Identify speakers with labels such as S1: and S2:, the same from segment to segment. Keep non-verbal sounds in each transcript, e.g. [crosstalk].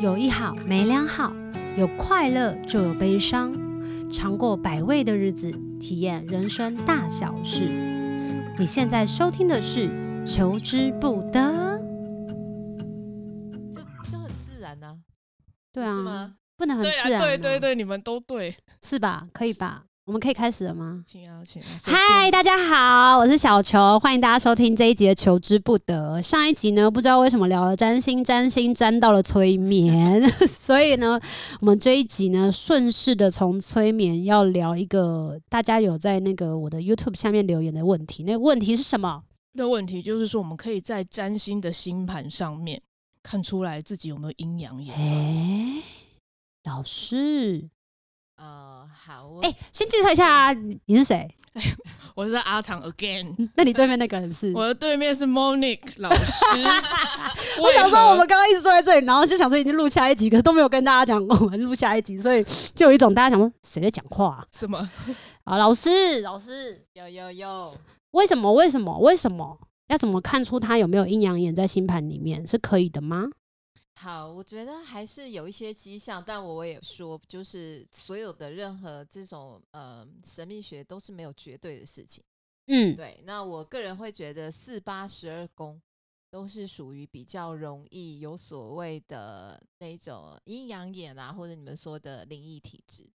S1: 有一好没两好，有快乐就有悲伤，尝过百味的日子，体验人生大小事。你现在收听的是《求之不得》，
S2: 就就很自然呐、
S1: 对
S2: 是
S1: 啊，
S2: 吗？
S1: 不能很
S2: 对
S1: 自
S2: 啊，
S1: 然、
S2: 对对，对，你们都对，
S1: 是吧？可以吧？我们可以开始了吗？
S2: 请啊，请啊，随
S1: 嗨，
S2: 便，
S1: 大家好，我是小球，欢迎大家收听这一集的《求之不得》。上一集呢，不知道为什么聊了占星，占星占到了催眠， [laughs] 所以呢，我们这一集呢，顺势的从催眠要聊一个大家有在那个我的 YouTube 下面留言的问题，那个问题是什么？
S2: 的问题就是说，我们可以在占星的星盘上面看出来自己有没有阴阳
S3: 哦
S2: 眼。
S1: 哎，老师，
S2: 哦
S3: 呃，好，
S1: 哎、先介绍一下啊、你是谁？
S2: 我是阿长 again，
S1: 那你对面那个人
S2: [laughs]
S1: 是？
S2: 我的对面是 Monique 老师。
S1: [laughs] 我想说，我们
S2: 为何
S1: 刚刚一直坐在这里，然后就想说已经录下一集，可是都没有跟大家讲我们录下一集，所以就有一种大家想说谁在讲话
S2: 什么？
S1: 啊？老师，老师，
S3: 有有有，
S1: 为什么？为什么？为什么？要怎么看出他有没有阴阳眼在星盘里面是可以的吗？
S3: 好，我觉得还是有一些迹象，但我也说，就是所有的任何这种呃神秘学都是没有绝对的事情。
S1: 嗯，
S3: 对，那我个人会觉得四八十二宫都是属于比较容易有所谓的那种阴阳眼啊，或者你们说的灵异体质。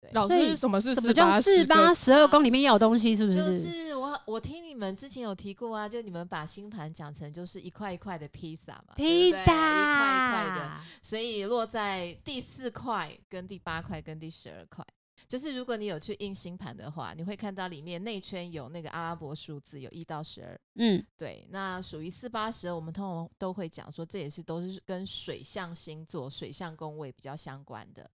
S3: 对，
S2: 老
S1: 所以
S2: 师什么是
S1: 什么
S2: 四
S1: 叫
S2: 八
S1: 四
S2: 四
S1: 八十二宫里面也有东西，是不？
S3: 就是是我我听你们之前有提过啊，就你们把星盘讲成就是一块一块的披萨嘛，对
S1: 披
S3: 不对一块一块的。
S1: 萨，
S3: 所以落在第四块、跟第八块、跟第十二块。就是如果你有去印星盘的话，你会看到里面内圈有那个阿拉伯数字，有一到十二。
S1: 嗯，
S3: 对，那属于四八十二，我们通常都会讲说，这也是都是跟水象星座、水象宫位比较相关的。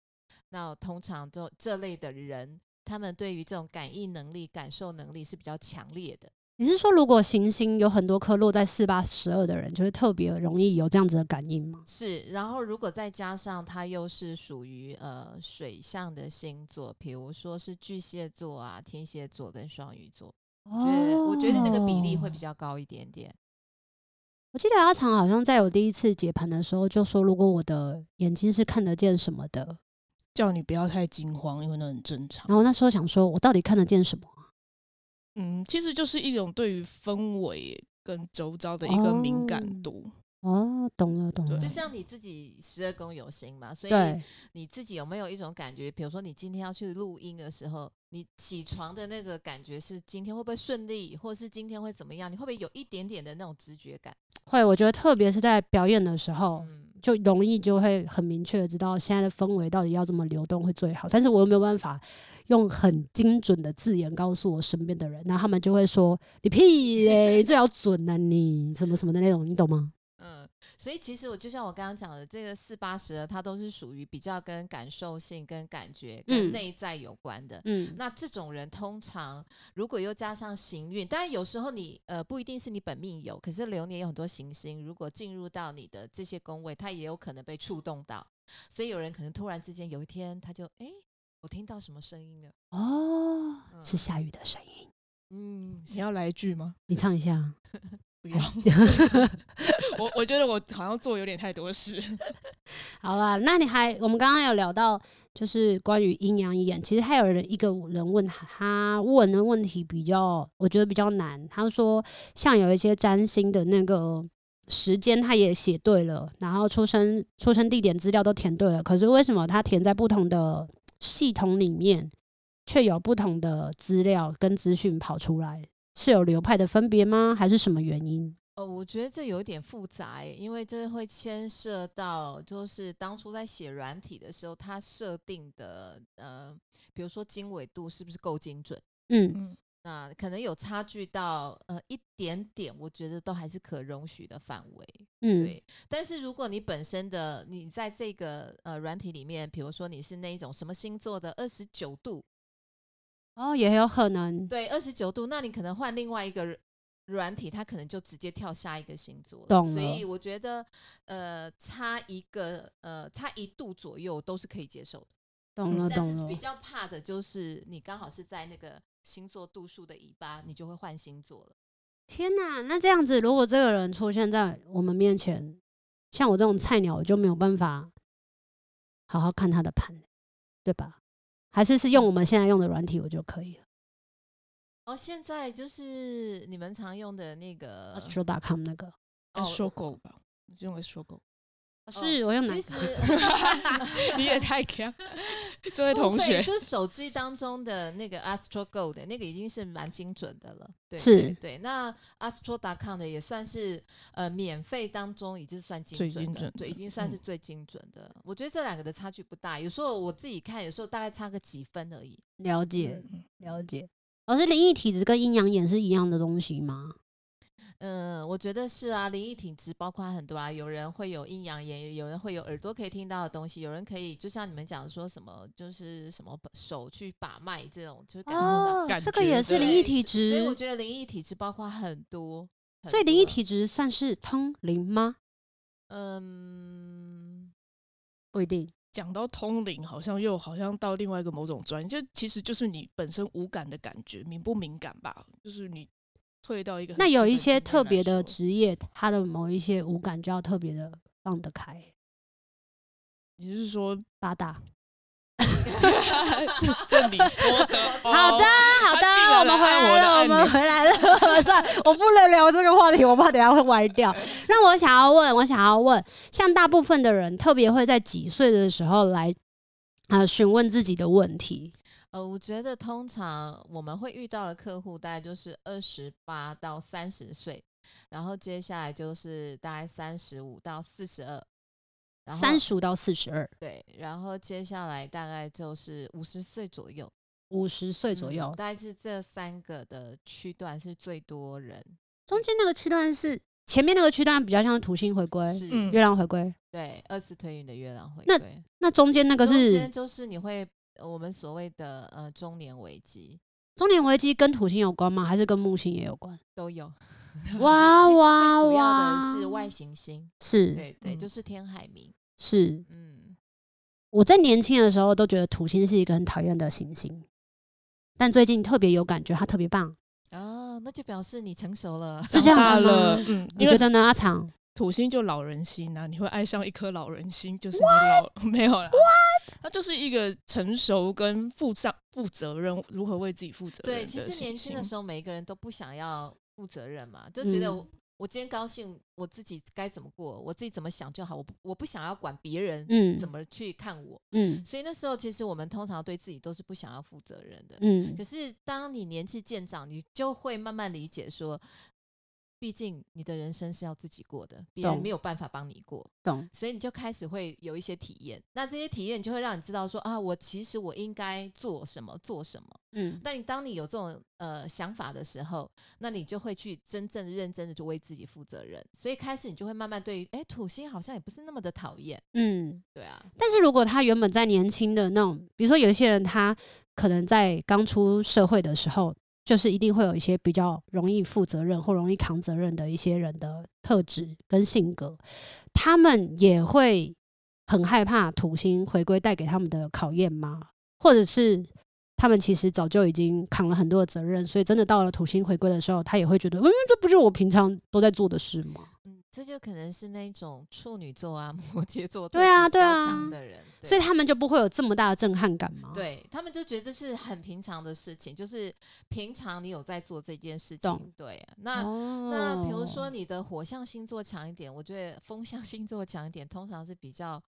S3: 那通常就这类的人，他们对于这种感应能力、感受能力是比较强烈的。
S1: 你是说如果行星有很多颗落在四八十二的人，就会特别容易有这样子的感应吗？
S3: 是，然后如果再加上它又是属于呃水象的星座，比如说是巨蟹座啊、天蝎座跟双鱼座，觉得我觉得那个比例会比较高一点点。
S1: 我记得阿长好像在我第一次解盘的时候就说，如果我的眼睛是看得见什么的，
S2: 叫你不要太惊慌，因为那很正常。
S1: 然后那时候想说，我到底看得见什么？
S2: 嗯，其实就是一种对于氛围跟周遭的一个敏
S1: 哦
S2: 感度。
S1: 哦，懂了，懂了。
S3: 就像你自己十二宫有星嘛，所以
S1: 对，
S3: 你自己有没有一种感觉？比如说你今天要去录音的时候，你起床的那个感觉是今天会不会顺利，或是今天会怎么样？你会不会有一点点的那种直觉感？
S1: 会，我觉得特别是在表演的时候，
S3: 嗯，
S1: 就容易就会很明确的知道现在的氛围到底要怎么流动会最好。但是我又没有办法用很精准的字眼告诉我身边的人，那他们就会说你屁嘞，最好准啊你什么什么的那种，你懂吗？
S3: 嗯，所以其实我就像我刚刚讲的，这个四八十二，它都是属于比较跟感受性、跟感觉、
S1: 嗯
S3: 跟内在有关的。
S1: 嗯，
S3: 那这种人通常如果又加上行运，当然有时候你呃不一定是你本命有，可是流年有很多行星，如果进入到你的这些宫位，它也有可能被触动到。所以有人可能突然之间有一天，他就诶，我听到什么声音了？
S1: 哦，
S3: 嗯
S1: 是下雨的声音，
S3: 嗯，
S2: 你要来一句吗？
S1: 你唱一下。
S2: 不
S1: 哦
S2: 要， [laughs]
S1: [laughs]
S2: 我我觉得我好像做有点太
S1: [laughs]
S2: 多事。
S1: 好啦，那你还我们刚刚有聊到，就是关于阴阳眼，其实还有人一个人问他他问的问题比较，我觉得比较难。他说，像有一些占星的那个时间，他也写对了，然后出生出生地点资料都填对了，可是为什么他填在不同的系统里面，却有不同的资料跟资讯跑出来？是有流派的分别吗？还是什么原因？
S3: 哦，我觉得这有一点复杂欸，因为这会牵涉到，就是当初在写软体的时候，它设定的呃，比如说经纬度是不是够精准，
S1: 嗯
S2: 嗯，
S3: 那可能有差距到呃一点点，我觉得都还是可容许的范围。
S1: 嗯
S3: 对，但是如果你本身的你在这个呃软体里面，比如说你是那一种什么星座的二十九度，
S1: 哦，也有可能，
S3: 对，二十九度，那你可能换另外一个软软体，它可能就直接跳下一个星座了。
S1: 懂
S3: 所
S1: 了
S3: 以我觉得，呃，差一个呃差一度左右都是可以接受的。
S1: 懂了
S2: 嗯
S3: 但
S1: 懂
S3: 是
S1: 了
S3: 比。较怕的就是你刚好是在那个星座度数的尾巴，你就会换星座了。
S1: 天呐，那这样子，如果这个人出现在我们面前，像我这种菜鸟，我就没有办法好好看他的盘，对吧？还是是用我们现在用的软体，我就可以了。
S3: 哦，现在就是你们常用的那
S2: 啊
S3: 个
S1: Astro.com 那个
S3: 哦
S2: 收购吧，我认为收购。
S1: 是我用哪
S3: 其
S1: 个？
S3: 实
S2: [laughs]
S3: [laughs]
S2: 你也太强，这位
S3: 付
S2: 同
S3: 费
S2: 学，
S3: 就是手机当中的那个 Astro Go 的那个已经是蛮精准的了，对
S1: 是
S3: 对对。那 Astro.com 的也算是呃免费当中已经算精
S2: 最
S3: 准
S2: 精
S3: 的，
S2: 准
S3: 对，已
S2: 的
S3: 经算是
S2: 嗯
S3: 最精准的。我觉得这两个的差距不大，有时候我自己看，有时候大概差个几分而已。
S1: 了解
S3: 嗯
S1: 了解。老师，灵异体质跟阴阳眼是一样的东西吗？
S3: 嗯，我觉得是啊，灵异体质包括很多啊，有人会有阴阳眼，有人会有耳朵可以听到的东西，有人可以就像你们讲说什么，就是什么手去把脉这种，就感受到。
S1: 哦
S2: 感
S1: 这个
S2: 觉
S1: 也是灵异
S3: 对
S1: 体
S3: 所以我
S1: 质，
S3: 觉得灵异体质包括很多，很
S1: 所以灵异
S3: 多，
S1: 体质算是通灵吗？ [laughs]
S3: 嗯，
S1: 不一定。
S2: 讲到通灵，好像又好像到另外一个某种专业，就其实就是你本身无感的感觉，敏不敏感吧？就是你退到一个很
S1: 那有
S2: 基
S1: 一
S2: 本
S1: 些
S2: 层面
S1: 特别
S2: 来
S1: 的
S2: 说
S1: 职业，它的某一些五感就要特别的放得开
S2: 你是说 [laughs]
S1: 发达。
S2: 这这你
S3: [laughs]
S2: 说的？
S1: 好的，，好的
S2: 哦他进，来哎
S1: 我们回来了，我
S2: 按我的按
S1: 们
S2: 钮
S1: 回来了。 [laughs] 算了，我不能聊这个话题，我怕等一下会歪掉。那我想要问，我想要问，像大部分的人，特别会在几岁的时候来啊询问自己的问题，
S3: 呃，我觉得通常我们会遇到的客户大概就是二十八到三十岁，然后接下来就是大概三十五到四十二，然后
S1: 三十五到四十二，
S3: 对，然后接下来大概就是五十岁左右，
S1: 五十岁左
S3: 嗯
S1: 右，
S3: 大概是这三个的区段是最多人，
S1: 中间那个区段是前面那个区段比较像是土星回归、
S3: 是、
S2: 嗯
S1: 月亮回归，
S3: 对二次推运的月亮回
S1: 那
S3: 归。
S1: 那中间那个
S3: 中
S1: 是
S3: 间就是你会呃我们所谓的呃中年危机
S1: 中年危机跟土星有关吗？还是跟木星也有关？
S3: 都有。
S1: 哇
S3: [laughs]
S1: 哇
S3: 其实最主要
S1: 啊哇！
S3: 的是外行星，
S1: 是
S3: 对对，
S2: 嗯
S3: 就是天海明。
S1: 是，
S3: 嗯，
S1: 我在年轻的时候都觉得土星是一个很讨厌的行星，但最近特别有感觉，它特别棒，
S3: 啊，那就表示你成熟了。
S1: 是这
S2: 长
S1: 样
S2: 大
S1: 子
S2: 了
S1: 吗？
S2: 嗯，
S1: 你
S2: 因为
S1: 觉得呢，阿长？
S2: 土星就老人心啊，你会爱上一颗老人心，就是你老 [laughs] 没有啦。What？它就是一个成熟跟负上负责任，如何为自己负责任
S3: 对，
S2: 的
S3: 其实年轻的时
S2: 候，
S3: 候，每一个人都不想要负责任嘛，就觉得
S1: 嗯
S3: 我、我今天高兴，我自己该怎么过，我自己怎么想就好，我不我不想要管别人
S1: 嗯
S3: 怎么去看我。
S1: 嗯
S3: 所以那时候，其实我们通常对自己都是不想要负责任的。
S1: 嗯
S3: 可是当你年纪渐长，你就会慢慢理解说，毕竟你的人生是要自己过的，别人
S1: 懂
S3: 没有办法帮你过，
S1: 懂
S3: 所以你就开始会有一些体验。那这些体验就会让你知道说啊，我其实我应该做什么，做什么。
S1: 嗯
S3: 那你当你有这种呃想法的时候，那你就会去真正认真的就为自己负责任。所以开始你就会慢慢对于，哎，土星好像也不是那么的讨厌，
S1: 嗯。
S3: 对啊，
S1: 但是如果他原本在年轻的那种，比如说有一些人，他可能在刚出社会的时候，就是一定会有一些比较容易负责任或容易扛责任的一些人的特质跟性格，他们也会很害怕土星回归带给他们的考验吗？或者是他们其实早就已经扛了很多的责任，所以真的到了土星回归的时候，他也会觉得，嗯，这不是我平常都在做的事吗？
S3: 嗯，这就可能是那种处女座啊、 [laughs] 摩羯座
S1: 对啊
S3: 特质比
S1: 对
S3: 较
S1: 啊
S3: 强的人，对
S1: 所以他们就不会有这么大的震撼感吗？，
S3: 对他们就觉得这是很平常的事情，就是平常你有在做这件事
S1: 懂
S3: 情。对啊，那、
S1: 哦
S3: 那比如说你的火象星座强一点，我觉得风象星座强一点，通常是比较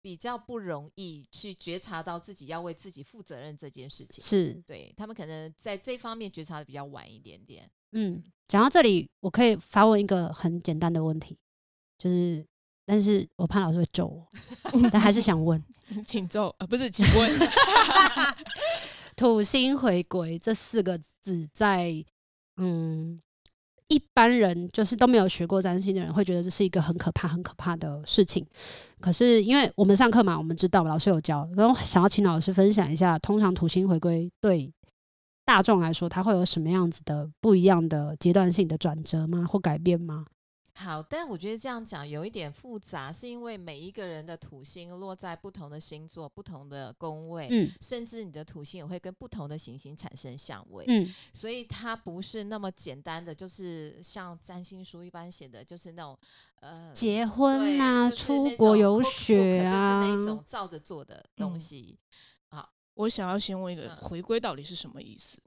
S3: 比较不容易去觉察到自己要为自己负责任这件事情。
S1: 是
S3: 对他们可能在这方面觉察的比较晚一点点。
S1: 嗯，讲到这里，我可以发问一个很简单的问题，就是，但是我怕老师会揍 [laughs] 我，但还是想问：
S2: 请奏呃不是请问
S3: [laughs]
S1: 土星回归这四个字在，嗯，一般人就是都没有学过占星的人会觉得这是一个很可怕、很可怕的事情。可是因为我们上课嘛，我们知道老师有教，然后想要请老师分享一下，通常土星回归对。大众来说，它会有什么样子的不一样的阶段性的转折吗？或改变吗？
S3: 好，但我觉得这样讲有一点复杂，是因为每一个人的土星落在不同的星座、不同的宫位，
S1: 嗯
S3: 甚至你的土星也会跟不同的行星产生相位，
S1: 嗯
S3: 所以它不是那么简单的，就是像占星书一般写的，就是那种呃
S1: 结婚
S3: 对
S1: 啊，
S3: 就是
S1: 出
S3: 那
S1: 国
S3: 种
S1: 游
S3: cookbook，
S1: 学啊，
S3: 就是那种照着做的东
S2: 嗯
S3: 西。
S2: 我想要先问一个
S3: 嗯
S2: 回归到底是什么意思？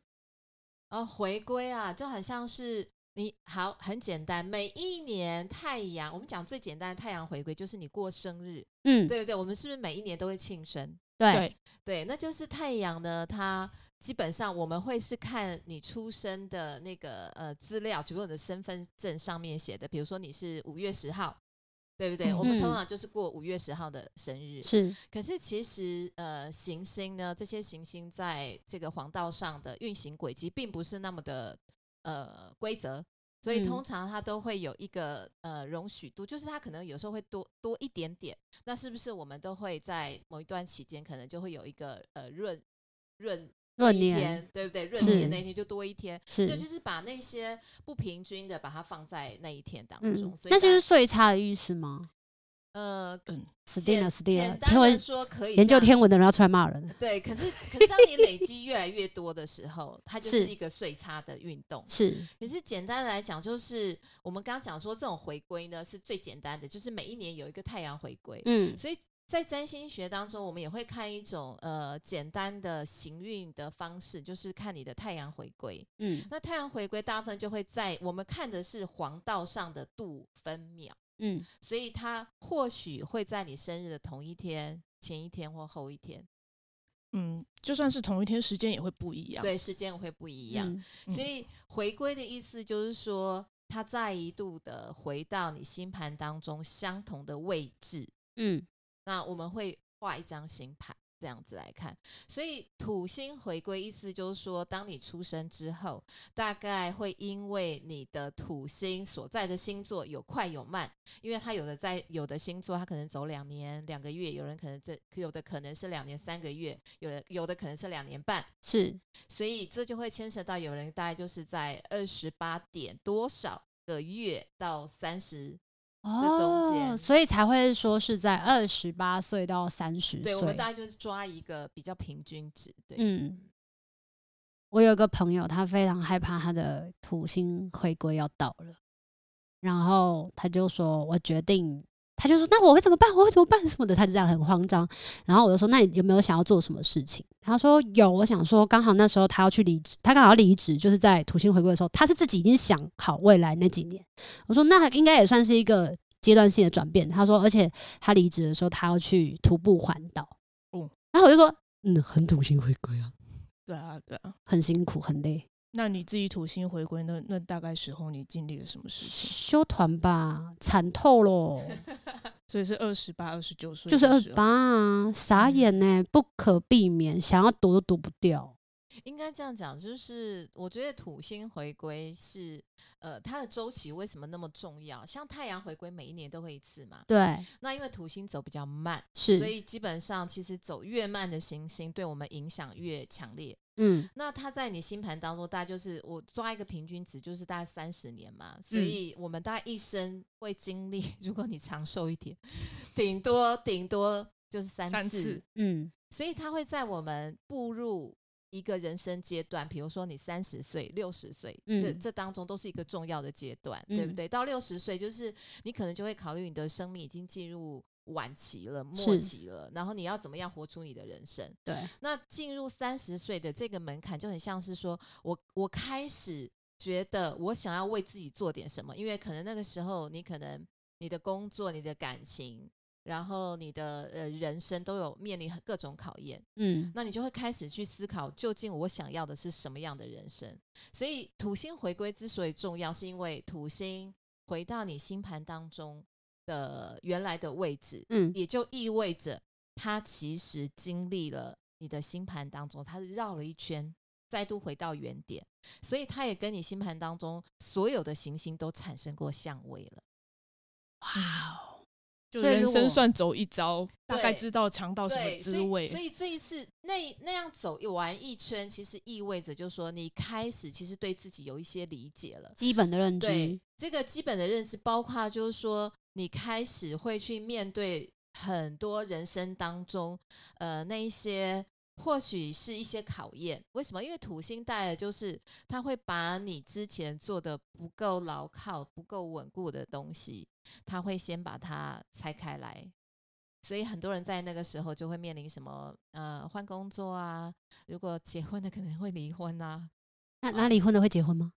S3: 然后回归啊，就很像是你好，很简单。每一年太阳，我们讲最简单的太阳回归，就是你过生日，
S1: 嗯，
S3: 对不对？我们是不是每一年都会庆生？
S1: 对，
S2: 对，
S3: 对，那就是太阳呢，它基本上我们会是看你出生的那个呃资料，比如说你的身份证上面写的，比如说你是五月十号，对不对？我们通
S1: 嗯
S3: 常就是过五月十号的生日。
S1: 是，
S3: 可是其实呃，行星呢，这些行星在这个黄道上的运行轨迹并不是那么的呃规则。所以
S1: 嗯
S3: 通常它都会有一个呃容许度，就是它可能有时候会多多一点点，那是不是我们都会在某一段期间，可能就会有一个呃闰闰
S1: 闰
S3: 一
S1: 年
S3: 天，对不对？闰年
S1: 是
S3: 那一天就多一天，
S1: 是
S3: 那，就是把那些不平均的把它放在那一天当中，
S1: 嗯，
S3: 所以
S1: 那就
S3: 大
S1: 是岁差的意思吗？
S3: 呃
S2: 嗯，
S1: 死定了，
S3: 简
S1: 死定了！
S3: 简单
S1: 天文
S3: 的说可以
S1: 研
S3: 这
S1: 究
S3: 样
S1: 天文的人要出来骂人了，
S3: 对，可是可是当你累积越来越多的时候，它就是
S1: 是
S3: 一个岁差的运动。
S1: 是，
S3: 可是简单来讲，就是我们刚刚讲说这种回归呢是最简单的，就是每一年有一个太阳回归。
S1: 嗯
S3: 所以在占星学当中，我们也会看一种呃简单的行运的方式，就是看你的太阳回归。
S1: 嗯
S3: 那太阳回归大部分就会在我们看的是黄道上的度分秒，
S1: 嗯
S3: 所以它或许会在你生日的同一天、前一天或后一天，
S2: 嗯，就算是同一天，时间也会不一样。，
S3: 对时间会不一样。
S1: 嗯
S2: 嗯
S3: 所以回归的意思就是说，它再一度的回到你星盘当中相同的位置。
S1: 嗯
S3: 那我们会画一张星盘这样子来看。所以土星回归意思就是说，当你出生之后，大概会因为你的土星所在的星座有快有慢，因为它有的在有的星座它可能走两年两个月，有人可能这有的可能是两年三个月，有的有的可能是两年半。
S1: 是，
S3: 所以这就会牵扯到有人大概就是在二十八点多少个月到三十，中间
S1: 哦，所以才会说是在二十八岁到三十岁。
S3: 对我们大概就是抓一个比较平均值，对，
S1: 嗯，我有一个朋友，他非常害怕他的土星回归要到了，然后他就说：“我决定。”他就说：“那我会怎么办？我会怎么办什么的？”他就这样很慌张。然后我就说：“那你有没有想要做什么事情？”他说：“有，我想说，刚好那时候他要去离职，他刚好要离职，就是在土星回归的时候，他是自己已经想好未来那几年。”我说：“那应该也算是一个阶段性的转变。”他说：“而且他离职的时候，他要去徒步环岛。”
S2: 哦
S1: 然后我就说：“嗯，很土星回归啊。”
S2: 对啊，对啊。
S1: 很辛苦，很累。
S2: 那你自己土星回归，那那大概时候你经历了什么事情？
S1: 修团吧，惨透喽， [laughs]
S2: 所以是二十八、二十九岁，
S1: 就是二十八。啊，傻眼呢、不可避免，想要躲都躲不掉。
S3: [laughs] 应该这样讲，就是我觉得土星回归是，呃，它的周期为什么那么重要？像太阳回归每一年都会一次嘛，
S1: 对，
S3: 那因为土星走比较慢，
S1: 是
S3: 所以基本上其实走越慢的行星对我们影响越强烈。
S1: 嗯
S3: 那它在你星盘当中，大概就是我抓一个平均值，就是大概三十年嘛，
S1: 嗯
S3: 所以我们大概一生会经历， [laughs] 如果你长寿一点，顶多顶多就是三
S2: 三次
S1: 嗯
S3: 所以它会在我们步入一个人生阶段，比如说你三十岁、六十岁，这
S1: 嗯
S3: 这当中都是一个重要的阶段，对不
S1: 嗯
S3: 对？到六十岁，就是你可能就会考虑你的生命已经进入晚期了、末
S1: 是
S3: 期了，然后你要怎么样活出你的人生。
S1: 对，
S3: 那进入三十岁的这个门槛，就很像是说我我开始觉得我想要为自己做点什么，因为可能那个时候你可能你的工作、你的感情，然后你的呃人生都有面临各种考验，
S1: 嗯
S3: 那你就会开始去思考，究竟我想要的是什么样的人生。所以土星回归之所以重要，是因为土星回到你星盘当中的原来的位置，
S1: 嗯
S3: 也就意味着它其实经历了你的星盘当中，它是绕了一圈，再度回到原点，所以它也跟你星盘当中所有的行星都产生过相位了。
S1: 哇哦，
S2: 就
S1: 所以
S2: 人
S1: 如
S2: 生
S1: 果
S2: 算走一遭，大概
S3: 对
S2: 知道尝到什
S3: 对，
S2: 么
S3: 所
S2: 滋
S3: 以
S2: 味
S3: 所。以这一次那那样走完一圈，其实意味着就是说你开始其实对自己有一些理解了。
S1: 基本的认
S3: 对
S1: 知，
S3: 这个基本的认识，包括就是说，你开始会去面对很多人生当中，呃，那一些或许是一些考验。为什么？因为土星带来的就是它会把你之前做的不够牢靠、不够稳固的东西，它会先把它拆开来。所以很多人在那个时候就会面临什么呃换工作啊，如果结婚的可能会离婚啊，
S1: 那那离婚的会结婚吗？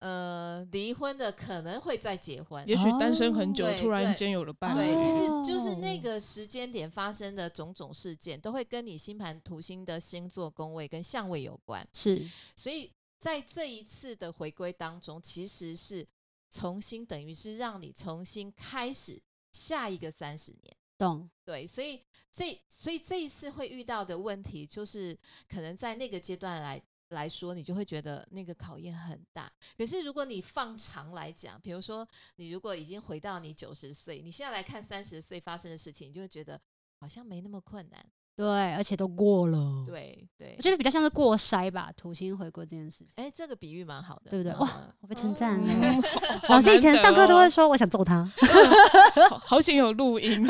S3: 呃离婚的可能会再结婚，
S2: 也许单身很久
S3: 哦，
S2: 突然
S3: 对
S2: 间有了伴
S3: 对，
S1: 哦 [laughs]
S2: 侣， [laughs]
S3: 其实就是那
S1: 哦
S3: 个时间点发生的种种事件，都会跟你星盘图星的星座宫位跟相位有关。
S1: 是
S3: 所以在这一次的回归当中，其实是重新，等于是让你重新开始下一个三十年。
S1: 懂
S3: 对，所以这所以这一次会遇到的问题，就是可能在那个阶段来来说，你就会觉得那个考验很大。可是如果你放长来讲，比如说你如果已经回到你九十岁，你现在来看三十岁发生的事情，你就会觉得好像没那么困难。
S1: 对，而且都过了。，
S3: 对对
S1: 我，觉得比较像是过筛吧，土星回归这件事情，
S3: 哎，这个比喻蛮好的，
S1: 对不对？[laughs]
S3: 嗯
S1: 哇，，我被称赞了。
S2: 嗯
S1: [laughs] 老师以前上课都会
S2: 难得
S1: 说，我想揍他。 [laughs]
S2: 好好险有录音，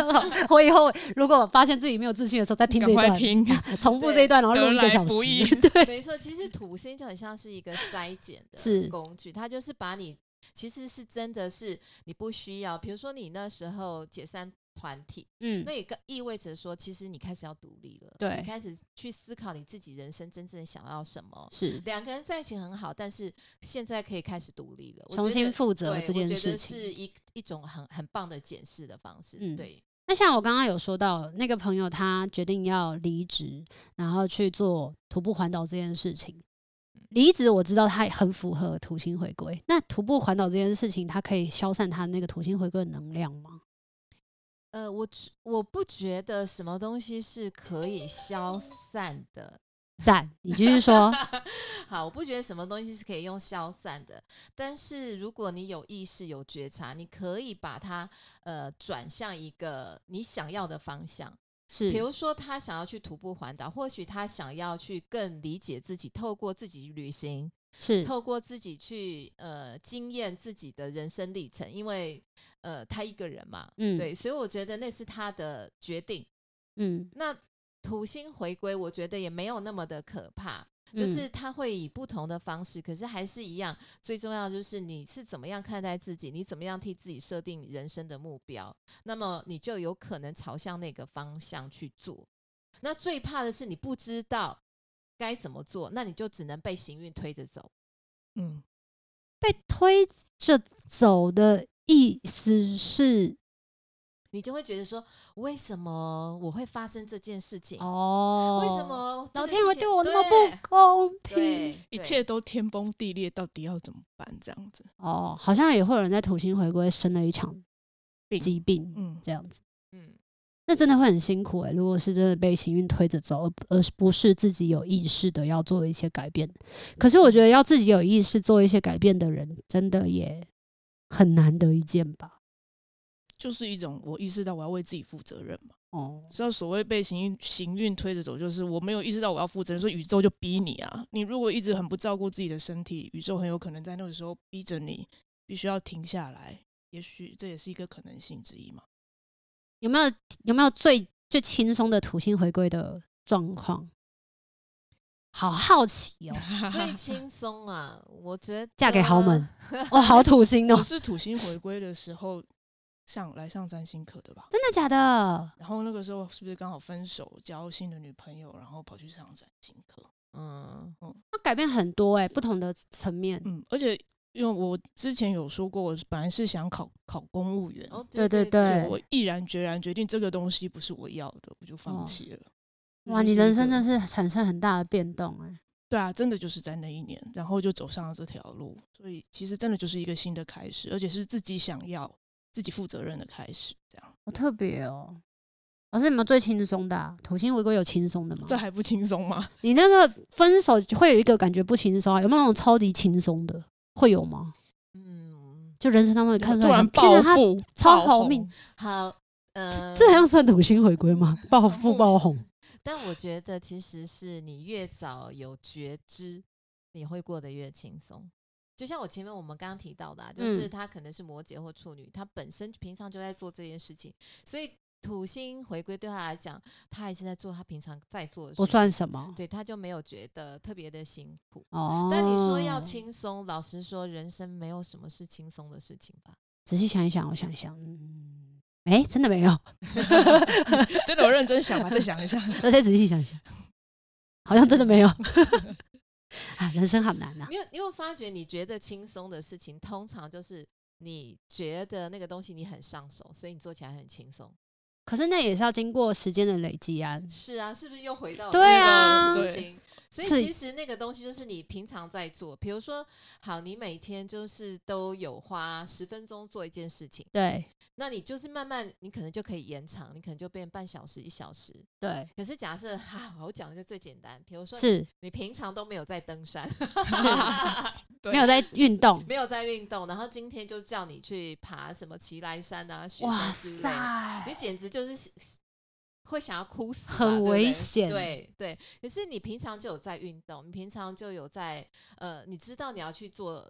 S1: 我以后如果发现自己没有自信的时候，再 [laughs] 听这
S2: 赶
S1: 一
S2: 快
S1: 段， [laughs]
S2: 听，
S1: 重复这一段，然后录
S2: 得
S1: 一个
S2: 来
S1: 小时。[laughs]
S2: 不易。 [laughs]
S3: 没错，其实土星就很像是一个筛检
S1: 是
S3: 的工具，它就是把你其实是真的是你不需要，比如说你那时候解散团体，
S1: 嗯
S3: 那，也个意味着说，其实你开始要独立了，
S1: 对
S3: 你开始去思考你自己人生真正想要什么。
S1: 是
S3: 两个人在一起很好，但是现在可以开始独立了，我
S1: 重
S3: 觉
S1: 新
S3: 得
S1: 负责
S3: 对
S1: 这件
S3: 我觉
S1: 事
S3: 得
S1: 情。
S3: 是一一种很很棒的检视的方式。
S1: 嗯
S3: 对，
S1: 那像我刚刚有说到，那个朋友他决定要离职，然后去做徒步环岛这件事情。
S2: 嗯
S1: 离职我知道他很符合土星回归，那徒步环岛这件事情，它可以消散他那个土星回归的能量吗？
S3: 呃，我觉我不觉得什么东西是可以消散的，
S1: 赞，你继续
S3: [laughs]
S1: 说。
S3: 好，我不觉得什么东西是可以用消散的，但是如果你有意识、有觉察，你可以把它呃转向一个你想要的方向。
S1: 是，
S3: 比如说，他想要去徒步环岛，或许他想要去更理解自己，透过自己去旅行，
S1: 是
S3: 透过自己去呃经验自己的人生历程，因为呃他一个人嘛，
S1: 嗯
S3: 对，所以我觉得那是他的决定。
S1: 嗯，
S3: 那土星回归，我觉得也没有那么的可怕，就是
S1: 嗯
S3: 他会以不同的方式，可是还是一样。最重要就是你是怎么样看待自己，你怎么样替自己设定人生的目标，那么你就有可能朝向那个方向去做。那最怕的是你不知道该怎么做，那你就只能被行运推着走。
S2: 嗯，
S1: 被推着走的意思是
S3: 你就会觉得说，为什么我会发生这件事情？
S1: 哦，
S3: 为什么这
S1: 老
S3: 个
S1: 天爷
S3: 事情
S1: 对我那么不公
S3: 对
S1: 平？
S3: 对
S2: 一切都天崩地裂，到底要怎么办？这样子，
S1: 哦，好像也会有人在土星回归生了一场
S2: 病
S1: 疾病，
S2: 嗯，
S1: 这样子，
S3: 嗯
S1: 那真的会很辛苦诶、如果是真的被行运推着走，而而是不是自己有意识的要做一些改变，
S2: 嗯
S1: 可是我觉得要自己有意识做一些改变的人，真的也很难得一见吧？
S2: 就是一种我意识到我要为自己负责任嘛。
S1: 哦，
S2: 知道所谓被行运行运推着走，就是我没有意识到我要负责任，所以宇宙就逼你啊。你如果一直很不照顾自己的身体，宇宙很有可能在那个时候逼着你必须要停下来。也许这也是一个可能性之一嘛。
S1: 有没有有没有最最轻松的土星回归的状况？好好奇
S2: [laughs]
S1: 哦，
S3: 最轻松啊，我觉得
S1: 嫁给豪门，
S2: 呃 [laughs]
S1: 哇，好土星哦
S2: 我，是土星回归的时候上来上占星课的吧？
S1: 真的假的？
S2: 然后那个时候是不是刚好分手，交新的女朋友，然后跑去上占星课？
S3: 嗯。
S1: 它改变很多诶、欸不同的层面。
S2: 嗯，而且因为我之前有说过，我本来是想考考公务员，
S3: 哦，
S1: 嗯对
S3: 对
S1: 对对
S2: 我毅然决然决定这个东西不是我要的，我就放
S1: 哦
S2: 弃了。这
S1: 哇，你
S2: 就是一
S1: 人生
S2: 个
S1: 真是产生很大的变动哎、
S2: 对啊，真的就是在那一年，然后就走上了这条路，所以其实真的就是一个新的开始，而且是自己想要、自己负责任的开始。这样，
S1: 好特别哦。老师，你们最轻松的、啊、土星回归有轻松的吗
S2: 这？还不轻松吗？
S1: 你那个分手会有一个感觉不轻松啊，有没有那种超级轻松的？会有吗？
S3: 嗯，
S1: 就人生当中你看出
S2: 突
S1: 来
S2: 然
S1: 想，天
S2: 暴
S1: 哪，他
S2: 富，
S1: 超
S2: 爆
S1: 好
S2: 红
S1: 命，
S3: 好，呃，
S1: 这样算土星回归吗？ [laughs] 暴富暴红，
S3: 但我觉得其实是你越早有觉知，你会过得越轻松。就像我前面我们刚刚提到的、啊，就是
S1: 嗯
S3: 他可能是摩羯或处女，他本身平常就在做这件事情，所以土星回归对他来讲，他还是在做他平常在做的事情，
S1: 不算什么
S3: 对，他就没有觉得特别的辛苦。
S1: 哦。
S3: 但你说要轻松，老实说，人生没有什么是轻松的事情吧？
S1: 仔细想一想，我想一想，嗯，哎、真的没有，
S2: 真的我认真想啊吧，再想一下。
S1: 我再仔细想一想，好像真的没有。 [laughs] 啊，人生好难呐、
S3: 你有你有发觉，你觉得轻松的事情，通常就是你觉得那个东西你很上手，所以你做起来很轻松。
S1: 可是那也是要经过时间的累积啊。
S3: 是啊，是不是又回到
S1: 对啊
S3: 那个
S2: 对
S3: 东西所以
S1: 是
S3: 其实那个东西就是你平常在做，比如说，好，你每天就是都有花十分钟做一件事情，
S1: 对
S3: 那你就是慢慢，你可能就可以延长，你可能就变半小时、一小时。
S1: 对，
S3: 可是假设哈、我讲一个最简单，比如 [laughs] 说
S1: 是
S3: 你平常都没有在
S1: [laughs]
S3: 登山，
S2: 对
S1: 没有在运动。
S3: 没有在运动，然后今天就叫你去爬什么奇来山啊、雪
S1: 哇
S3: 山之类的，
S1: 塞
S3: 你，简直就是会想要哭死吧，
S1: 很
S3: 对不对
S1: 危险
S3: 对对，可是你平常就有在运动，你平常就有在呃，你知道你要去做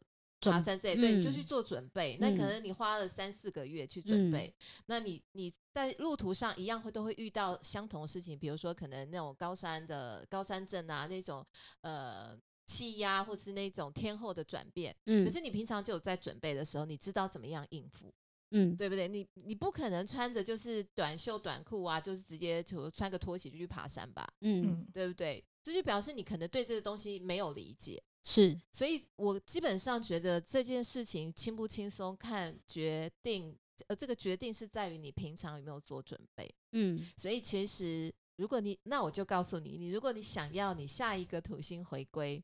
S3: 爬
S1: 准
S3: 山这一对，你就
S1: 嗯
S3: 去做准备。那可
S1: 嗯
S3: 能你花了三四个月去
S1: 嗯
S3: 准备，那你你在路途上一样会都会遇到相同的事情，比如说可能那种高山的高山症啊，那种呃气压或是那种天候的转变。可
S1: 嗯
S3: 是你平常就有在准备的时候，你知道怎么样应付，
S1: 嗯，
S3: 对不对？你你不可能穿着就是短袖短裤啊，就是直接就穿个拖鞋就去爬山吧，
S1: [laughs] 嗯，
S2: 嗯，
S3: 对不对？这就表示你可能对这个东西没有理解。
S1: 是
S3: 所以我基本上觉得这件事情轻不轻松，看决定，呃，这个决定是在于你平常有没有做准备。
S1: 嗯
S3: 所以其实，如果你，那我就告诉你，你如果你想要你下一个土星回归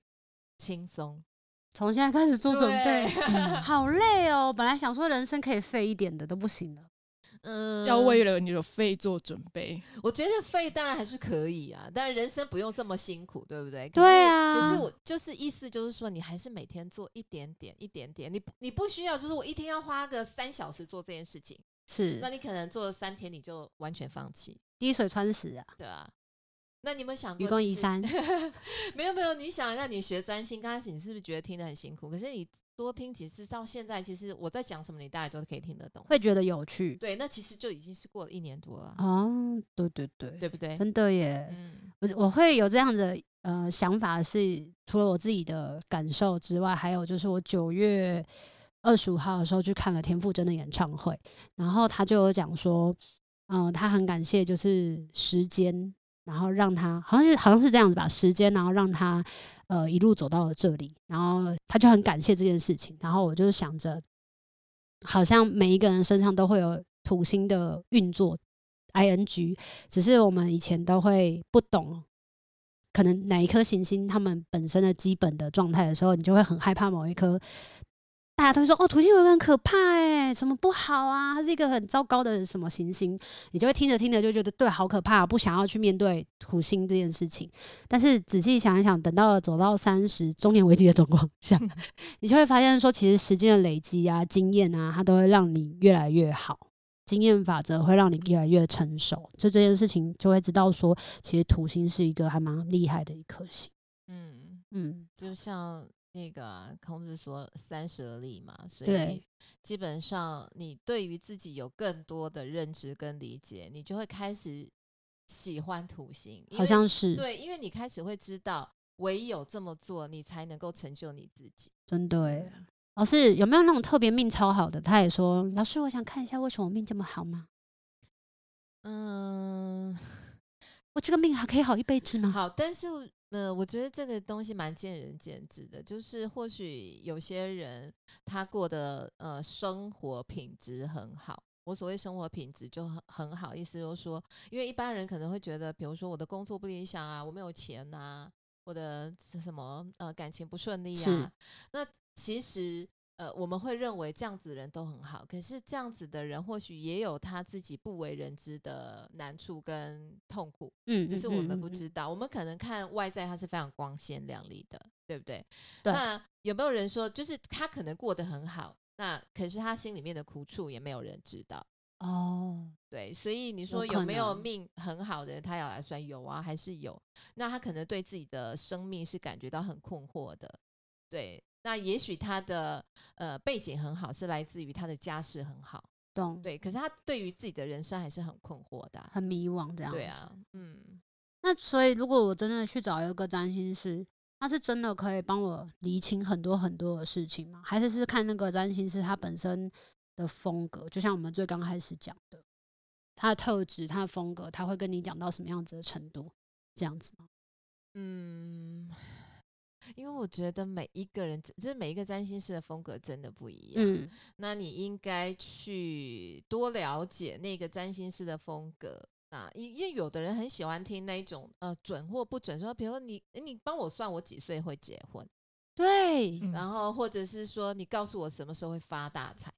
S3: 轻松，
S1: 从现在开始做准备，
S3: 对
S1: 好累哦。本来想说人生可以废一点的都不行了，
S3: 嗯，
S2: 要为了你的肺做准备。
S3: 我觉得费当然还是可以啊，但人生不用这么辛苦，对不对？可
S1: 对
S3: 是
S1: 啊
S3: 可是我就是意思就是说，你还是每天做一点点，一点点，你不你不需要就是我一天要花个三小时做这件事情。那
S1: 是
S3: 你可能做了三天，你就完全放弃，
S1: 滴水穿石啊，
S3: 对啊？那你有没有想过，
S1: 愚公
S3: 其
S1: 移
S3: 实 [laughs]
S1: 山
S3: 没有没有，你想让你学占星，刚开始你是不是觉得听得很辛苦？可是你多听几次，到现在其实我在讲什么，你大概都可以听得懂。
S1: 会觉得有趣
S3: 对，那其实就已经是过了一年多了，
S1: 哦。对对对，
S3: 对不对？
S1: 真的耶。
S3: 嗯，
S1: 我我会有这样的呃想法是，除了我自己的感受之外，还有就是我九月二十五号的时候去看了田馥甄的演唱会，然后他就有讲说，嗯、他很感谢就是时间，然后让他好像是好像是这样子吧，时间然后让他呃一路走到了这里，然后他就很感谢这件事情，然后我就想着，好像每一个人身上都会有土星的运作。I N G，只是我们以前都会不懂，可能哪一颗行星它们本身的基本的状态的时候，你就会很害怕某一颗。大家都会说哦，土星有很可怕哎、什么不好啊？它是一个很糟糕的什么行星，你就会听着听着就觉得对，好可怕，不想要去面对土星这件事情。但是仔细想一想，等到走到三十中年危机的状况下， [laughs] 你就会发现说，其实时间的累积啊、经验啊，它都会让你越来越好。经验法则会让你越来越成熟，就这件事情就会知道说，其实土星是一个还蛮厉害的一颗星。
S3: 嗯，
S1: 嗯，
S3: 就像那个啊、孔子说“三十而立”嘛，所以
S1: 对
S3: 基本上你对于自己有更多的认知跟理解，你就会开始喜欢土星，因
S1: 好
S3: 为
S1: 像是
S3: 对，因为你开始会知道，唯有这么做，你才能够成就你自己。
S1: 真的诶。老师有没有那种特别命超好的？他也说，老师，我想看一下为什么我命这么好吗？
S3: 嗯，
S1: 我这个命还可以好一辈子吗？
S3: 好，但是呃，我觉得这个东西蛮见仁见智的，就是或许有些人他过的呃生活品质很好。我所谓生活品质就很很好，意思就是说，因为一般人可能会觉得，比如说我的工作不理想啊，我没有钱呐、我的是什么呃感情不顺利
S1: 是
S3: 啊，那其实呃我们会认为这样子的人都很好，可是这样子的人或许也有他自己不为人知的难处跟痛苦，
S1: 嗯，
S3: 只
S1: 嗯
S3: 是我们
S1: 嗯
S3: 不
S1: 嗯
S3: 知道，我们可能看外在它是非常光鲜亮丽的，对不对？
S1: 对
S3: 那有没有人说，就是他可能过得很好，那可是他心里面的苦处也没有人知道，
S1: 哦，
S3: 对，所以你说
S1: 有
S3: 有
S1: 可
S3: 没有
S1: 能
S3: 命很好的人，他要来算有啊，还是有？那他可能对自己的生命是感觉到很困惑的，对。那也许他的呃背景很好，是来自于他的家世很好，
S1: 懂，
S3: 对。可是他对于自己的人生还是很困惑的啊、
S1: 很迷惘这样子。
S3: 对啊，嗯，
S1: 那所以，如果我真的去找一个占星师，他是真的可以帮我厘清很多很多的事情吗？还是是看那个占星师他本身的风格？就像我们最刚开始讲的，他的特质、他的风格，他会跟你讲到什么样子的程度，这样子吗？
S3: 嗯，因为我觉得每一个人，就是每一个占星师的风格真的不一样。
S1: 嗯，
S3: 那你应该去多了解那个占星师的风格。啊，因因为有的人很喜欢听那一种呃准或不准，说比如说你诶你帮我算我几岁会结婚，
S1: 对，
S2: 嗯
S3: 然后或者是说你告诉我什么时候会发大财，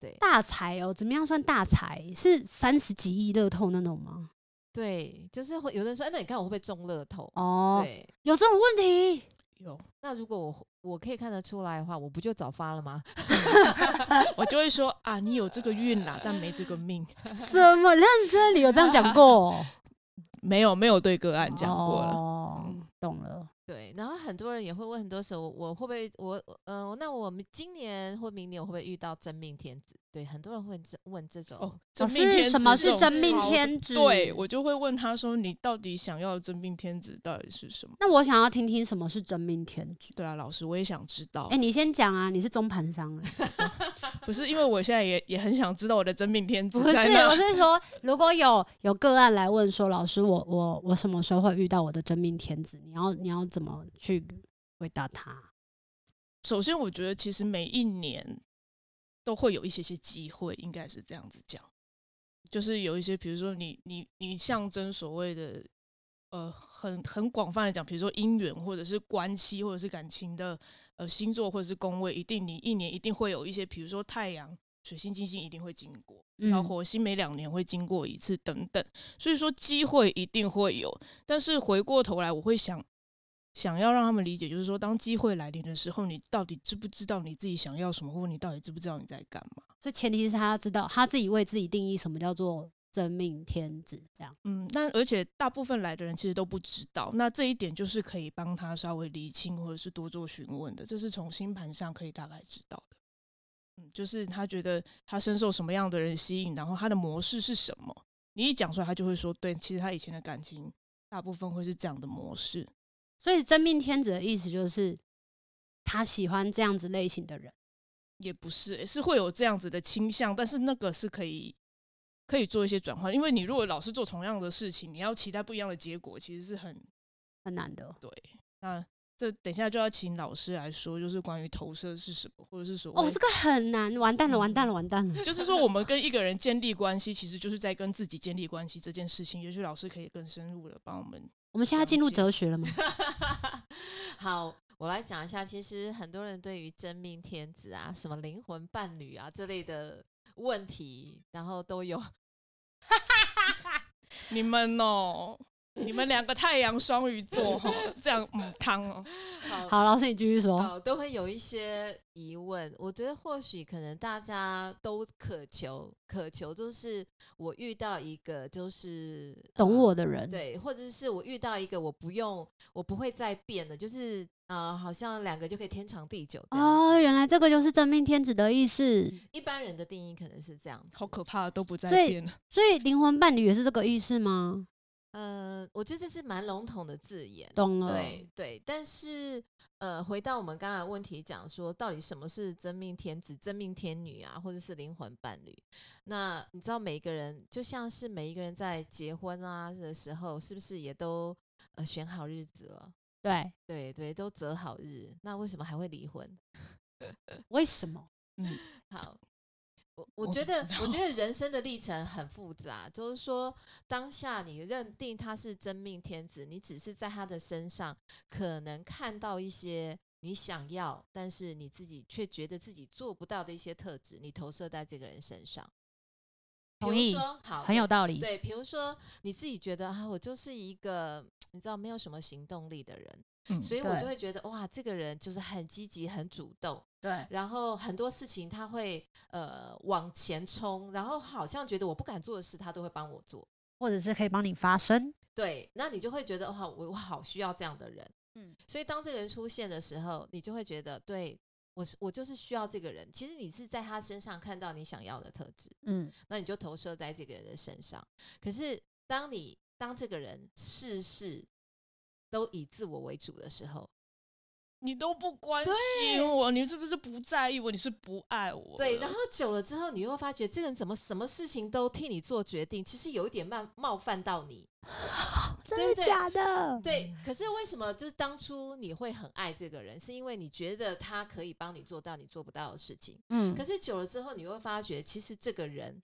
S3: 对
S1: 大财哦，怎么样算大财？是三十几亿乐透那种吗？
S3: 对，就是会有的人说，哎、那你看我会不会中乐透？啊
S1: 哦，
S3: 对，
S1: 有这种问题？
S2: 有，
S3: 那如果我我可以看得出来的话，我不就早发了吗？
S2: 我就会说啊，你有这个运啦，但没这个命。
S1: 什么认真？你有这样讲过？
S2: 没有没有对个案 [laughs] 讲过了，
S1: 哦
S2: 嗯，
S1: 懂了。
S3: 对，然后很多人也会问很多时候，我会不会我呃，那我们今年或明年我会不会遇到真命天子？对，很多人会这问这种，
S2: 哦，
S1: 老
S2: 真命天
S1: 师，
S2: 子
S1: 什么
S2: 这
S1: 是
S2: 种
S1: 真命
S2: 超
S1: 天子？
S2: 对我就会问他说：“你到底想要的真命天子到底是什么
S1: 那我想要听听什么是真命天子？”。
S2: 对啊，老师，我也想知道
S1: 哎、，你先讲啊，你是中盘商
S2: [laughs]
S1: 哎、
S2: 不是因为我现在也也很想知道我的真命天子
S1: 不是，哦
S2: 在哪
S1: 我是说，如果有有个案来问说，老师，我我我什么时候会遇到我的真命天子？你要你要怎么去回答他？
S2: 首先，我觉得其实每一年都会有一些些机会，应该是这样子讲，就是有一些，比如说你你你象征所谓的呃很很广泛的讲，比如说姻缘或者是关系或者是感情的呃星座或者是宫位，一定你一年一定会有一些，比如说太阳、水星、金星一定会经过，至少
S1: 嗯
S2: 火星每两年会经过一次等等，所以说机会一定会有，但是回过头来，我会想。想要让他们理解，就是说，当机会来临的时候，你到底知不知道你自己想要什么，或者你到底知不知道你在干嘛？
S1: 所以前提是他要知道他自己为自己定义什么叫做真命天子，这样
S2: 嗯，但而且大部分来的人其实都不知道，那这一点就是可以帮他稍微厘清，或者是多做询问的，这是从星盘上可以大概知道的。嗯，就是他觉得他深受什么样的人吸引，然后他的模式是什么，你一讲出来，他就会说，对，其实他以前的感情大部分会是这样的模式。
S1: 所以真命天子的意思就是他喜欢这样子类型的人。
S2: 也不是、欸，是会有这样子的倾向，但是那个是可以可以做一些转换，因为你如果老是做同样的事情，你要期待不一样的结果，其实是很
S1: 很难的哦
S2: 对。那这等一下就要请老师来说，就是关于投射是什么，或者是所谓、
S1: 哦，这个很难，完蛋了，完蛋了，完蛋了！
S2: [laughs] 就是说我们跟一个人建立关系，其实就是在跟自己建立关系这件事情。也许老师可以更深入的帮我们，
S1: 我们现在进入
S2: 了解
S1: 哲学了吗？
S3: [laughs] 好，我来讲一下，其实很多人对于真命天子啊、什么灵魂伴侣啊这类的问题，然后都有。
S2: 你们哦、你们两个太阳双鱼座哈，这样嗯汤哦，
S3: 好
S1: 好，老师你继续说。
S3: 好，都会有一些疑问。我觉得或许可能大家都渴求，渴求就是我遇到一个就是
S1: 懂
S3: 呃
S1: 我的人，
S3: 对，或者是我遇到一个我不用，我不会再变的，就是啊、呃好像两个就可以天长地久这样。
S1: 哦，原来这个就是真命天子的意思，
S3: 一般人的定义可能是这样。
S2: 好可怕，都不再
S1: 所以
S2: 变了。
S1: 所以灵魂伴侣也是这个意思吗？
S3: 呃，我觉得这是蛮笼统的字眼。
S1: 懂了，
S3: 对对，但是呃，回到我们刚才的问题，讲说到底什么是真命天子、真命天女啊，或者是灵魂伴侣？那你知道每一个人，就像是每一个人在结婚啊的时候，是不是也都呃选好日子了？
S1: 对，
S3: 对对，都择好日，那为什么还会离婚？
S1: 为什么？
S2: 嗯，
S3: 好，我
S2: 我
S3: 我
S2: 不
S3: 觉得
S2: 知，
S3: 我
S2: 道
S3: 觉得人生的历程很复杂，就是说，当下你认定他是真命天子，你只是在他的身上可能看到一些你想要，但是你自己却觉得自己做不到的一些特质，你投射在这个人身上。比
S1: 同
S3: 如
S1: 意
S3: 说好，
S1: 很有道理。
S3: 对，比如说你自己觉得啊，我就是一个你知道没有什么行动力的人，
S2: 嗯
S3: 所以我就
S1: 对
S3: 会觉得哇，这个人就是很积极、很主动，对，然后很多事情他会呃往前冲，然后好像觉得我不敢做的事，他都会帮我做。
S1: 或者是可以帮你发声。
S3: 对，那你就会觉得哇，我我好需要这样的人。
S1: 嗯
S3: 嗯，所以当这个人出现的时候，你就会觉得，对我是我就是需要这个人。其实你是在他身上看到你想要的特质，
S1: 嗯，
S3: 那你就投射在这个人的身上。可是当你当这个人事事都以自我为主的时候，
S2: 你都不关
S3: 对
S2: 心我，你是不是不在意我？你是不爱我了？
S3: 对，然后久了之后，你又会发觉这个人怎么什么事情都替你做决定，其实有一点冒冒犯到你。
S1: 真
S3: 对
S1: 的
S3: 不对
S1: 假的？
S3: 对，可是为什么就是当初你会很爱这个人，是因为你觉得他可以帮你做到你做不到的事情。
S1: 嗯
S3: 可是久了之后，你会发觉，其实这个人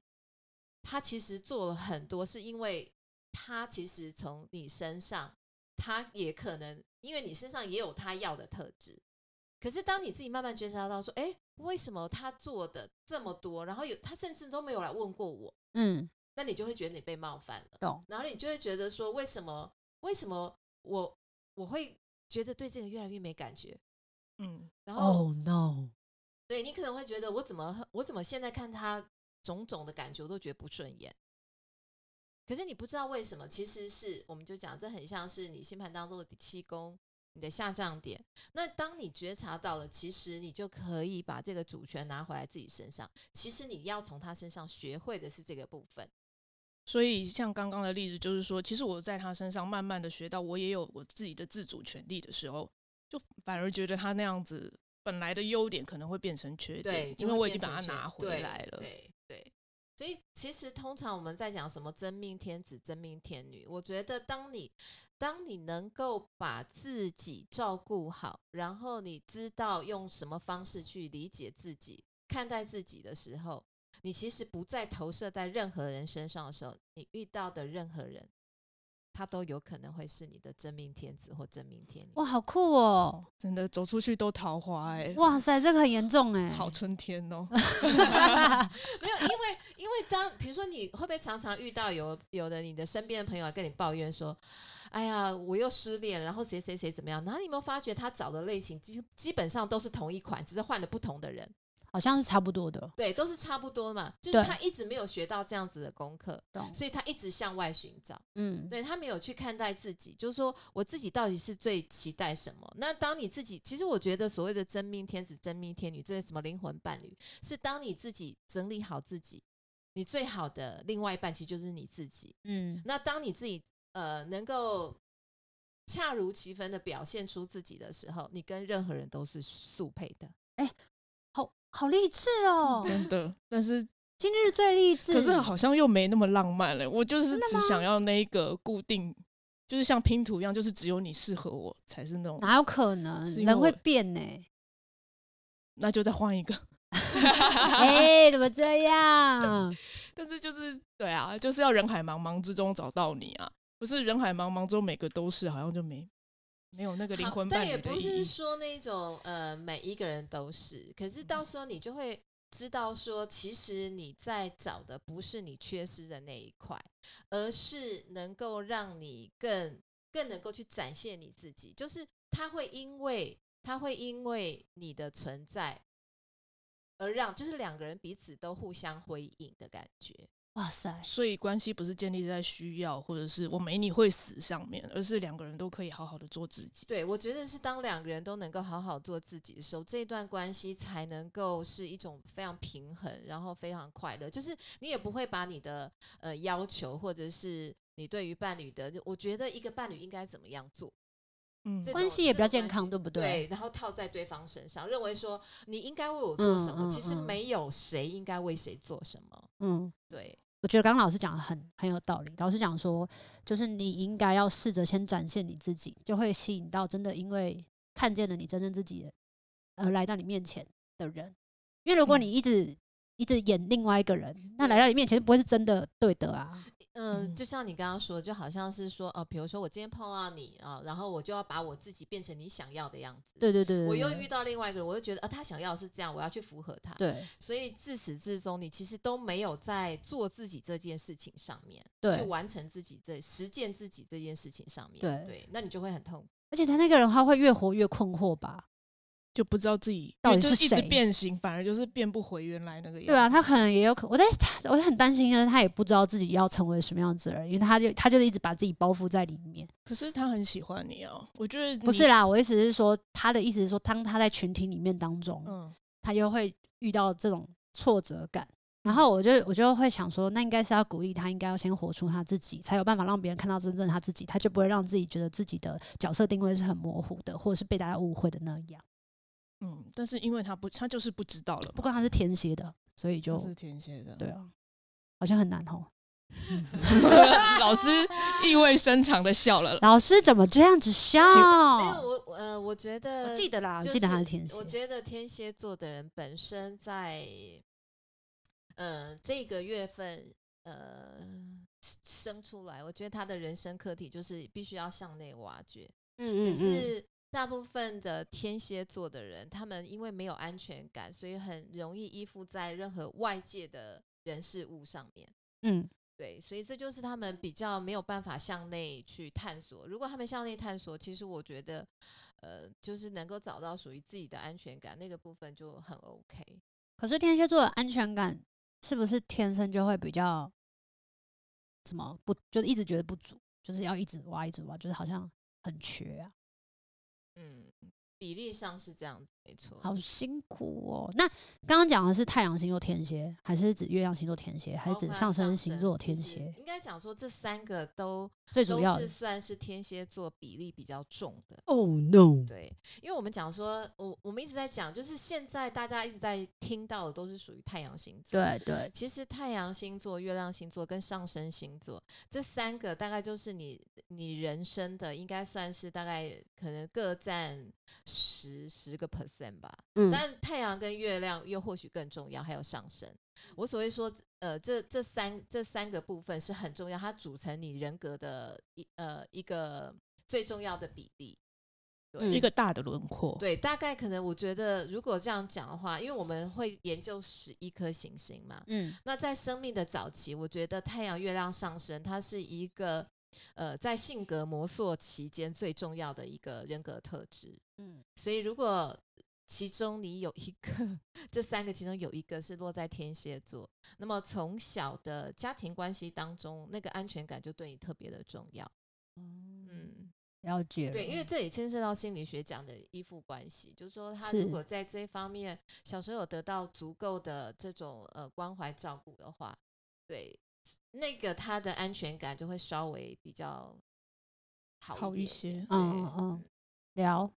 S3: 他其实做了很多，是因为他其实从你身上，他也可能因为你身上也有他要的特质。可是当你自己慢慢觉察到，说，哎，为什么他做的这么多，然后有他甚至都没有来问过我，
S1: 嗯，
S3: 那你就会觉得你被冒犯了。
S1: 懂。
S3: 然后你就会觉得说，为什么为什么我我会觉得对这个越来越没感觉？
S2: 嗯，
S3: 然后、
S1: Oh no！
S3: 对你可能会觉得我怎么我怎么现在看他种种的感觉我都觉得不顺眼。可是你不知道为什么，其实是我们就讲，这很像是你星盘当中的第七宫，你的下降点。那当你觉察到了，其实你就可以把这个主权拿回来自己身上。其实你要从他身上学会的是这个部分。
S2: 所以像刚刚的例子，就是说，其实我在他身上慢慢的学到，我也有我自己的自主权利的时候，就反而觉得他那样子本来的优点可能会变成缺
S3: 对
S2: 点，，
S3: 就
S2: 因为
S3: 会
S2: 我已经
S3: 变
S2: 把它
S3: 成
S2: 拿
S3: 缺
S2: 回来了。
S3: 对对对，所以其实通常我们在讲什么真命天子、真命天女，我觉得当你当你能够把自己照顾好，然后你知道用什么方式去理解自己、看待自己的时候，你其实不再投射在任何人身上的时候，你遇到的任何人。他都有可能会是你的真命天子或真命天女。
S1: 哇，好酷哦！
S2: 真的走出去都桃花哎、
S1: 哇塞，这个很严重哎。
S2: 好春天哦、
S3: 没有，因为因为当比如说你会不会常常遇到有有的你的身边的朋友啊跟你抱怨说，哎呀，我又失恋，然后谁谁谁怎么样？然后你有没有发觉他找的类型基基本上都是同一款，只是换了不同的人，
S1: 好像是差不多的。
S3: 对，都是差不多嘛。就是
S1: 对
S3: 他一直没有学到这样子的功课，
S1: 懂。
S3: 所以他一直向外寻找。
S1: 嗯，
S3: 对他没有去看待自己，就是说我自己到底是最期待什么？那当你自己，其实我觉得所谓的真命天子、真命天女，这是什么灵魂伴侣，是当你自己整理好自己，你最好的另外一半其实就是你自己。
S1: 嗯，
S3: 那当你自己呃能够恰如其分的表现出自己的时候，你跟任何人都是速配的。
S1: 好好励志哦。
S2: 真的。但是
S1: 今日最励志。
S2: 可是好像又没那么浪漫了、我就是
S1: 真的
S2: 只
S1: 吗
S2: 想要那个固定，就是像拼图一样，就是只有你适合我才是那种，
S1: 哪有可能？
S2: 是因为
S1: 人会
S2: 我
S1: 变呢、
S2: 那就再换一个。
S1: 哎、怎么这样？
S2: 但是就是对啊，就是要人海茫茫之中找到你啊，不是人海茫茫中每个都是，好像就没没有那个灵
S3: 好
S2: 魂
S3: 但
S2: 伴
S3: 也
S2: 侣的
S3: 不
S2: 意
S3: 是
S2: 义。
S3: 说那种呃每一个人都是，可是
S2: 嗯
S3: 到时候你就会知道说，其实你在找的不是你缺失的那一块，而是能够让你更更能够去展现你自己，就是他会因为他会因为你的存在。而让就是两个人彼此都互相辉映的感觉，
S1: 哇塞，
S2: 所以关系不是建立在需要或者是我没你会死上面，而是两个人都可以好好的做自己。
S3: 对，我觉得是当两个人都能够好好做自己的时候，这段关系才能够是一种非常平衡，然后非常快乐。就是你也不会把你的呃要求，或者是你对于伴侣的，我觉得一个伴侣应该怎么样做，
S2: 嗯
S3: 这，
S1: 关
S3: 种
S1: 系也
S3: 这
S1: 比较
S3: 种
S1: 健
S3: 关
S1: 康，
S3: 系
S1: 对不
S3: 对，然后套在对方身上，认为说你应该为我做什么，
S1: 嗯嗯
S3: 其实
S1: 嗯
S3: 没有谁应该为谁做什么。
S1: 嗯，
S3: 对，
S1: 我觉得刚刚老师讲的很很有道理。老师讲说，就是你应该要试着先展现你自己，就会吸引到真的因为看见了你真正自己，而来到你面前的人。因为如果
S2: 嗯
S1: 你一直、一直演另外一个人，那来到你面前就不会是真的对的啊。
S3: 嗯，
S2: 嗯
S3: 就像你刚刚说，就好像是说，呃，比如说我今天碰到你啊、然后我就要把我自己变成你想要的样子。
S1: 对对对对
S3: 我又
S1: 对
S3: 遇到另外一个人，我又觉得啊，他想要的是这样，我要去符合他。
S1: 对
S3: 所以自始至终，你其实都没有在做自己这件事情上面，去
S1: 对，
S3: 完成自己这实践自己这件事情上面。
S1: 对
S3: 对，那你就会很痛苦。
S1: 而且他那个人他会越活越困惑吧？
S2: 就不知道自己
S1: 到底
S2: 因为就是一直
S1: 谁
S2: 变形，反而就是变不回原来那个样子。
S1: 对啊，他可能也有可，我在他，我很担心，就是他也不知道自己要成为什么样子了，因为他就他就一直把自己包覆在里面。
S2: 可是他很喜欢你哦，我觉得
S1: 不是
S2: 你，
S1: 啦，我意思是说，他的意思是说，当他在群体里面当中，
S2: 嗯，
S1: 他就会遇到这种挫折感。然
S2: 嗯
S1: 后我就我就会想说，那应该是要鼓励他，应该要先活出他自己，才有办法让别人看到真正他自己，他就不会让自己觉得自己的角色定位是很模糊的，或者是被大家误会的那样。
S2: 嗯，但是因为他不，他就是不知道了嘛，
S1: 不过他是天蝎的，所以就
S2: 他是天蝎的，
S1: 对啊，好像很难哦。
S2: [laughs] 老师意味深长的笑了。
S1: 老师怎么这样子笑？
S3: 没有我呃，我觉得
S1: 哦我记得啦，
S3: 就
S1: 我记得他是天
S3: 我
S1: 蝎。
S3: 觉得天蝎座的人本身在，呃，这个月份，呃，生出来，我觉得他的人生课题就是必须要向内挖掘。
S1: 嗯
S3: 可是大部分的天蝎座的人，他们因为没有安全感，所以很容易依附在任何外界的人事物上面。
S1: 嗯
S3: 对，所以这就是他们比较没有办法向内去探索。如果他们向内探索，其实我觉得，呃，就是能够找到属于自己的安全感那个部分就很 OK。
S1: 可是天蝎座的安全感是不是天生就会比较什么不，就是一直觉得不足，就是要一直挖，一直挖，就是好像很缺啊，
S3: 嗯，比例上是这样子，没错。
S1: 好辛苦哦。那刚刚讲的是太阳星座天蝎，还是指月亮星座天蝎，还是指
S3: 包括
S1: 上升星座
S3: 哦其
S1: 天
S3: 实
S1: 蝎？
S3: 应该讲说这三个都
S1: 最主
S3: 都
S1: 要
S3: 是
S1: 的。
S3: 算是天蝎座比例比较重的。
S1: Oh no！
S3: 对，因为我们讲说，我我们一直在讲，就是现在大家一直在听到的都是属于太阳星座。
S1: 对对，
S3: 其实太阳星座、月亮星座跟上升星座这三个，大概就是你你人生的应该算是大概可能各占十十个 percent 吧。
S1: 嗯
S3: 但太阳跟月亮又或许更重要，还有上升。我所谓说，呃，这这三这三个部分是很重要，它组成你人格的一呃一个最重要的比例。对，
S2: 一个大的轮廓，
S3: 对，大概可能我觉得，如果这样讲的话，因为我们会研究十一颗行星嘛，
S1: 嗯
S3: 那在生命的早期，我觉得太阳、月亮上升，它是一个呃，在性格磨塑期间最重要的一个人格特质。
S1: 嗯
S3: 所以，如果其中你有一个，这三个其中有一个是落在天蝎座，那么从小的家庭关系当中，那个安全感就对你特别的重要。
S1: 嗯，
S3: 嗯，
S1: 了解了。
S3: 对，因为这也牵涉到心理学讲的依附关系，就是说他
S1: 是
S3: 如果在这一方面小时候有得到足够的这种呃关怀照顾的话，对那个他的安全感就会稍微比较好
S2: 好一
S3: 点
S2: 些
S3: 对
S1: 嗯嗯聊。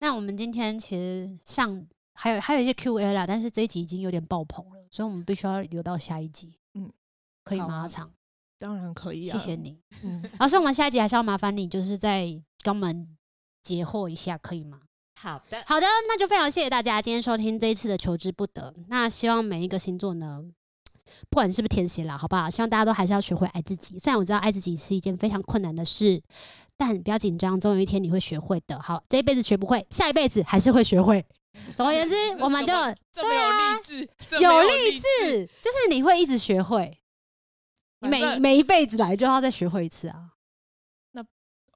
S1: 那我们今天其实上还有还有一些 Q&A 啦，但是这一集已经有点爆棚了，所以我们必须要留到下一集。
S2: 嗯，
S1: 可以
S2: 好
S1: 吗？
S2: 啊
S1: 阿长，
S2: 当然可以
S1: 谢
S2: 啊。
S1: 谢，你。
S2: 嗯，
S1: 老师，我们下一集还是要麻烦你，就是再跟我们解惑一下，可以吗？
S3: 好的，
S1: 好的，那就非常谢谢大家今天收听这一次的求之不得。那希望每一个星座呢，不管你是不是天蝎啦，好不好？希望大家都还是要学会爱自己。虽然我知道爱自己是一件非常困难的事，但不要紧张，总有一天你会学会的。好，这一辈子学不会，下一辈子还是会学会。 [laughs] 总而言之
S2: 这是，
S1: 我们就
S2: 什么 [laughs] 这没有励志，这没
S1: 有
S2: 励
S1: 励志，就是你会一直学会，你
S2: 反
S1: 每
S2: 正
S1: 每一辈子来就要再学会一次啊，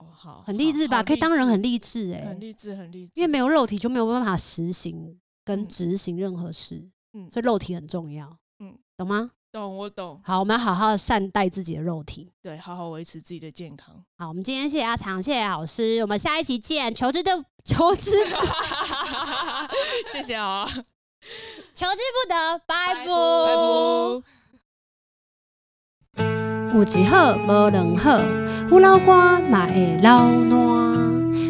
S2: 哦，好，
S1: 很励志
S2: 好
S1: 吧？可以当人很
S2: 励
S1: 励志哎、
S2: 志，很励志，很励志，
S1: 因为没有肉体就没有办法实行跟
S2: 嗯
S1: 执行任何事，
S2: 嗯
S1: 所以肉体很重要，
S2: 嗯
S1: 懂吗？
S2: 懂我懂，
S1: 好，我们要好好善待自己的肉体。
S2: 对，好好维持自己的健康。
S1: 好，我们今天谢谢阿长，谢谢老师，我们下一期见。求之的求之 [laughs] 求之
S2: 谢谢啊，
S1: 不得，拜拜
S3: 拜
S2: [laughs] 拜拜。
S1: 有一好无两好，有老瓜嘛会老烂。